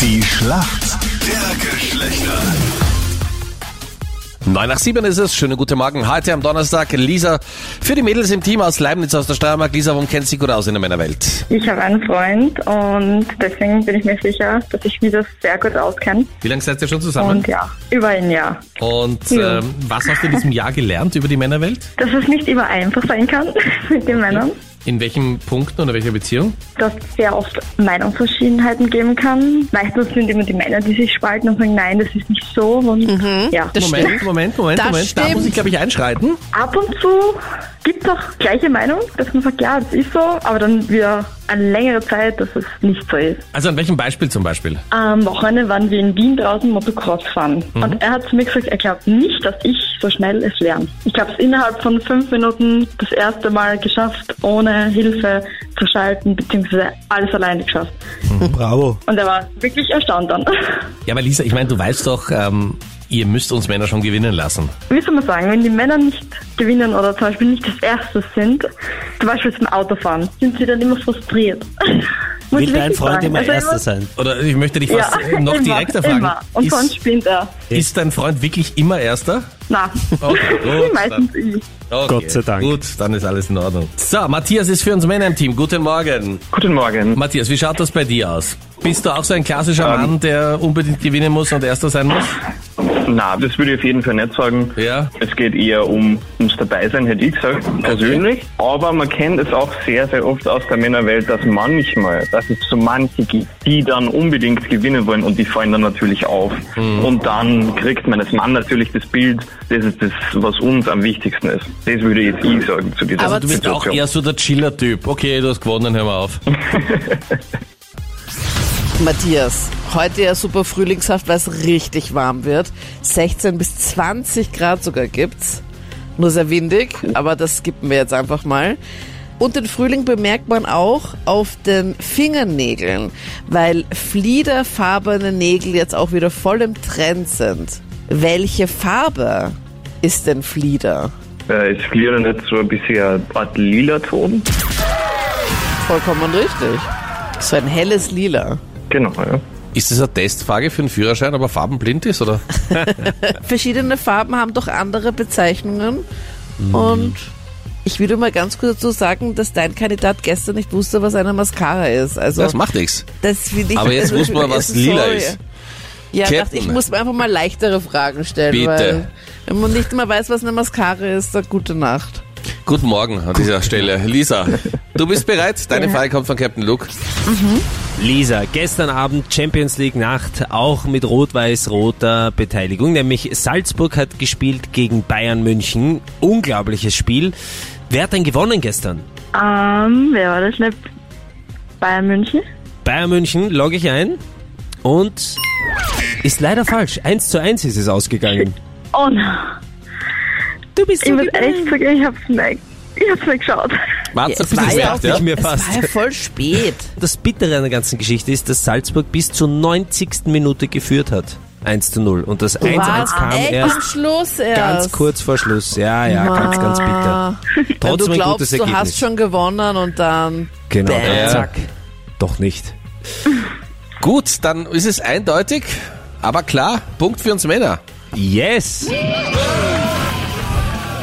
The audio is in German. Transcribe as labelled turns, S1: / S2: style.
S1: Die Schlacht der Geschlechter.
S2: 9 nach 7 ist es. Schönen guten Morgen. Heute am Donnerstag Lisa für die Mädels im Team aus Leibniz aus der Steiermark. Lisa, warum kennt sie gut aus in der Männerwelt?
S3: Ich habe einen Freund und deswegen bin ich mir sicher, dass ich mich das sehr gut auskenne.
S4: Wie lange seid ihr schon zusammen?
S3: Und ja, über ein Jahr.
S4: Und
S3: Ja.
S4: ähm, was hast du in diesem Jahr gelernt über die Männerwelt?
S3: Dass es nicht immer einfach sein kann mit den Männern,
S4: In welchen Punkten oder welcher Beziehung?
S3: dass es sehr oft Meinungsverschiedenheiten geben kann. Meistens sind immer die Männer, die sich spalten und sagen, nein, das ist nicht so. Und ja,
S5: Das
S4: Moment,
S5: stimmt.
S4: Moment, Moment,
S5: Das
S4: Moment. Da
S5: stimmt.
S4: muss ich, glaube ich, einschreiten.
S3: ab und zu gibt es auch gleiche Meinung, dass man sagt, ja, das ist so, aber dann wieder eine längere Zeit, dass es nicht so ist.
S4: Also an welchem Beispiel zum Beispiel?
S3: Am Wochenende waren wir in Wien draußen Motocross fahren.
S4: Mhm.
S3: Und er hat zu mir gesagt, er glaubt nicht, dass ich so schnell es lerne. Ich habe es innerhalb von fünf Minuten das erste Mal geschafft, ohne Hilfe zu schalten, beziehungsweise alles alleine geschafft.
S4: Mhm.
S6: Bravo.
S3: Und er war wirklich erstaunt dann.
S4: Ja, aber Lisa, ich meine, du weißt doch, ähm, ihr müsst uns Männer schon gewinnen lassen.
S3: Wie soll man sagen, wenn die Männer nicht gewinnen oder zum Beispiel nicht das Erste sind, zum Beispiel zum Autofahren, sind sie dann immer frustriert. Muss ich
S6: Will dein
S3: wirklich
S6: Freund
S3: sagen.
S6: immer
S3: Also
S6: Erster sein?
S4: Oder ich möchte dich
S3: Ja,
S4: fast noch
S3: immer,
S4: direkter fragen.
S3: Immer. Und sonst
S4: ist,
S3: spinnt er.
S4: ist dein Freund wirklich immer Erster?
S3: Na,
S4: Okay, gut, dann-
S3: meistens ich.
S4: okay,
S6: Gott sei Dank.
S4: Gut, dann ist alles in Ordnung. So, Matthias ist für uns Männer im Team. Guten Morgen.
S7: Guten Morgen.
S4: Matthias, wie schaut das bei dir aus? Bist du auch so ein klassischer Mann, der unbedingt gewinnen muss und Erster sein muss?
S7: Na, das würde ich auf jeden Fall nicht sagen.
S4: Ja.
S7: Es geht eher um ums Dabeisein, hätte ich gesagt, persönlich. Aber man kennt es auch sehr, sehr oft aus der Männerwelt, dass manchmal, dass es so manche gibt, die dann unbedingt gewinnen wollen und die fallen dann natürlich auf.
S4: Mhm.
S7: Und dann kriegt man als Mann natürlich das Bild, das ist das, was uns am wichtigsten ist. Das würde jetzt ich sagen zu dieser
S4: Also du bist auch
S7: Situation.
S4: eher so der Chiller-Typ. Okay, du hast gewonnen, hör mal auf.
S5: Matthias, heute ja super frühlingshaft, weil es richtig warm wird. 16 bis 20 Grad sogar gibt's. Nur sehr windig, aber das skippen wir jetzt einfach mal. Und den Frühling bemerkt man auch auf den Fingernägeln, weil fliederfarbene Nägel jetzt auch wieder voll im Trend sind. Welche Farbe ist denn Flieder?
S7: Äh, ist Flieder nicht so ein bisschen ein Art lila Ton?
S5: Vollkommen richtig. So ein helles Lila.
S7: Genau, ja.
S2: Ist das eine Testfrage für einen Führerschein, ob er farbenblind ist? Oder?
S5: verschiedene Farben haben doch andere Bezeichnungen.
S2: Mhm.
S5: Und ich würde mal ganz kurz dazu sagen, dass dein Kandidat gestern nicht wusste, was eine Mascara ist. Also
S2: Das macht nichts.
S5: das finde ich.
S2: Aber jetzt
S5: also,
S2: muss man, was
S5: sorry.
S2: lila ist.
S5: Ja,
S2: Captain.
S5: dachte, ich muss mir einfach mal leichtere Fragen stellen,
S2: Bitte.
S5: weil wenn man nicht immer weiß, was eine Mascara ist, dann gute Nacht.
S2: Guten Morgen an dieser Stelle. Lisa, du bist bereit? Deine Frage kommt von Captain Luke.
S8: Lisa, gestern Abend Champions League Nacht, auch mit rot-weiß-roter Beteiligung, nämlich Salzburg hat gespielt gegen Bayern München. Unglaubliches Spiel. Wer hat denn gewonnen gestern?
S3: Ähm, wer war das? Nicht? Bayern München?
S8: Bayern München, logge ich ein und ist leider falsch. 1 zu 1 ist es ausgegangen.
S3: Oh nein,
S8: Du bist
S3: ich muss ehrlich sagen, ich hab's nicht, ich hab's nicht geschaut.
S2: Marz hat ein
S5: Ja,
S2: bisschen
S5: es war ja
S2: schlecht, ja?
S8: ich mir
S5: Es
S8: fast.
S5: war ja voll spät.
S8: Das Bittere an der ganzen Geschichte ist, dass Salzburg bis zur 90. Minute geführt hat. 1 zu 0. Und das 1 1 kam
S5: echt am
S8: erst
S5: Schluss erst.
S8: ganz kurz vor Schluss. Ja, ja, ganz, ganz bitter.
S5: Wenn du
S8: Trotzdem ein gutes
S5: glaubst, du
S8: Ergebnis.
S5: hast schon gewonnen und dann
S8: Genau,
S5: Bäm.
S8: dann
S2: Ja.
S8: zack. Doch nicht.
S2: Gut, dann ist es eindeutig, aber klar, Punkt für uns Männer.
S8: Yes!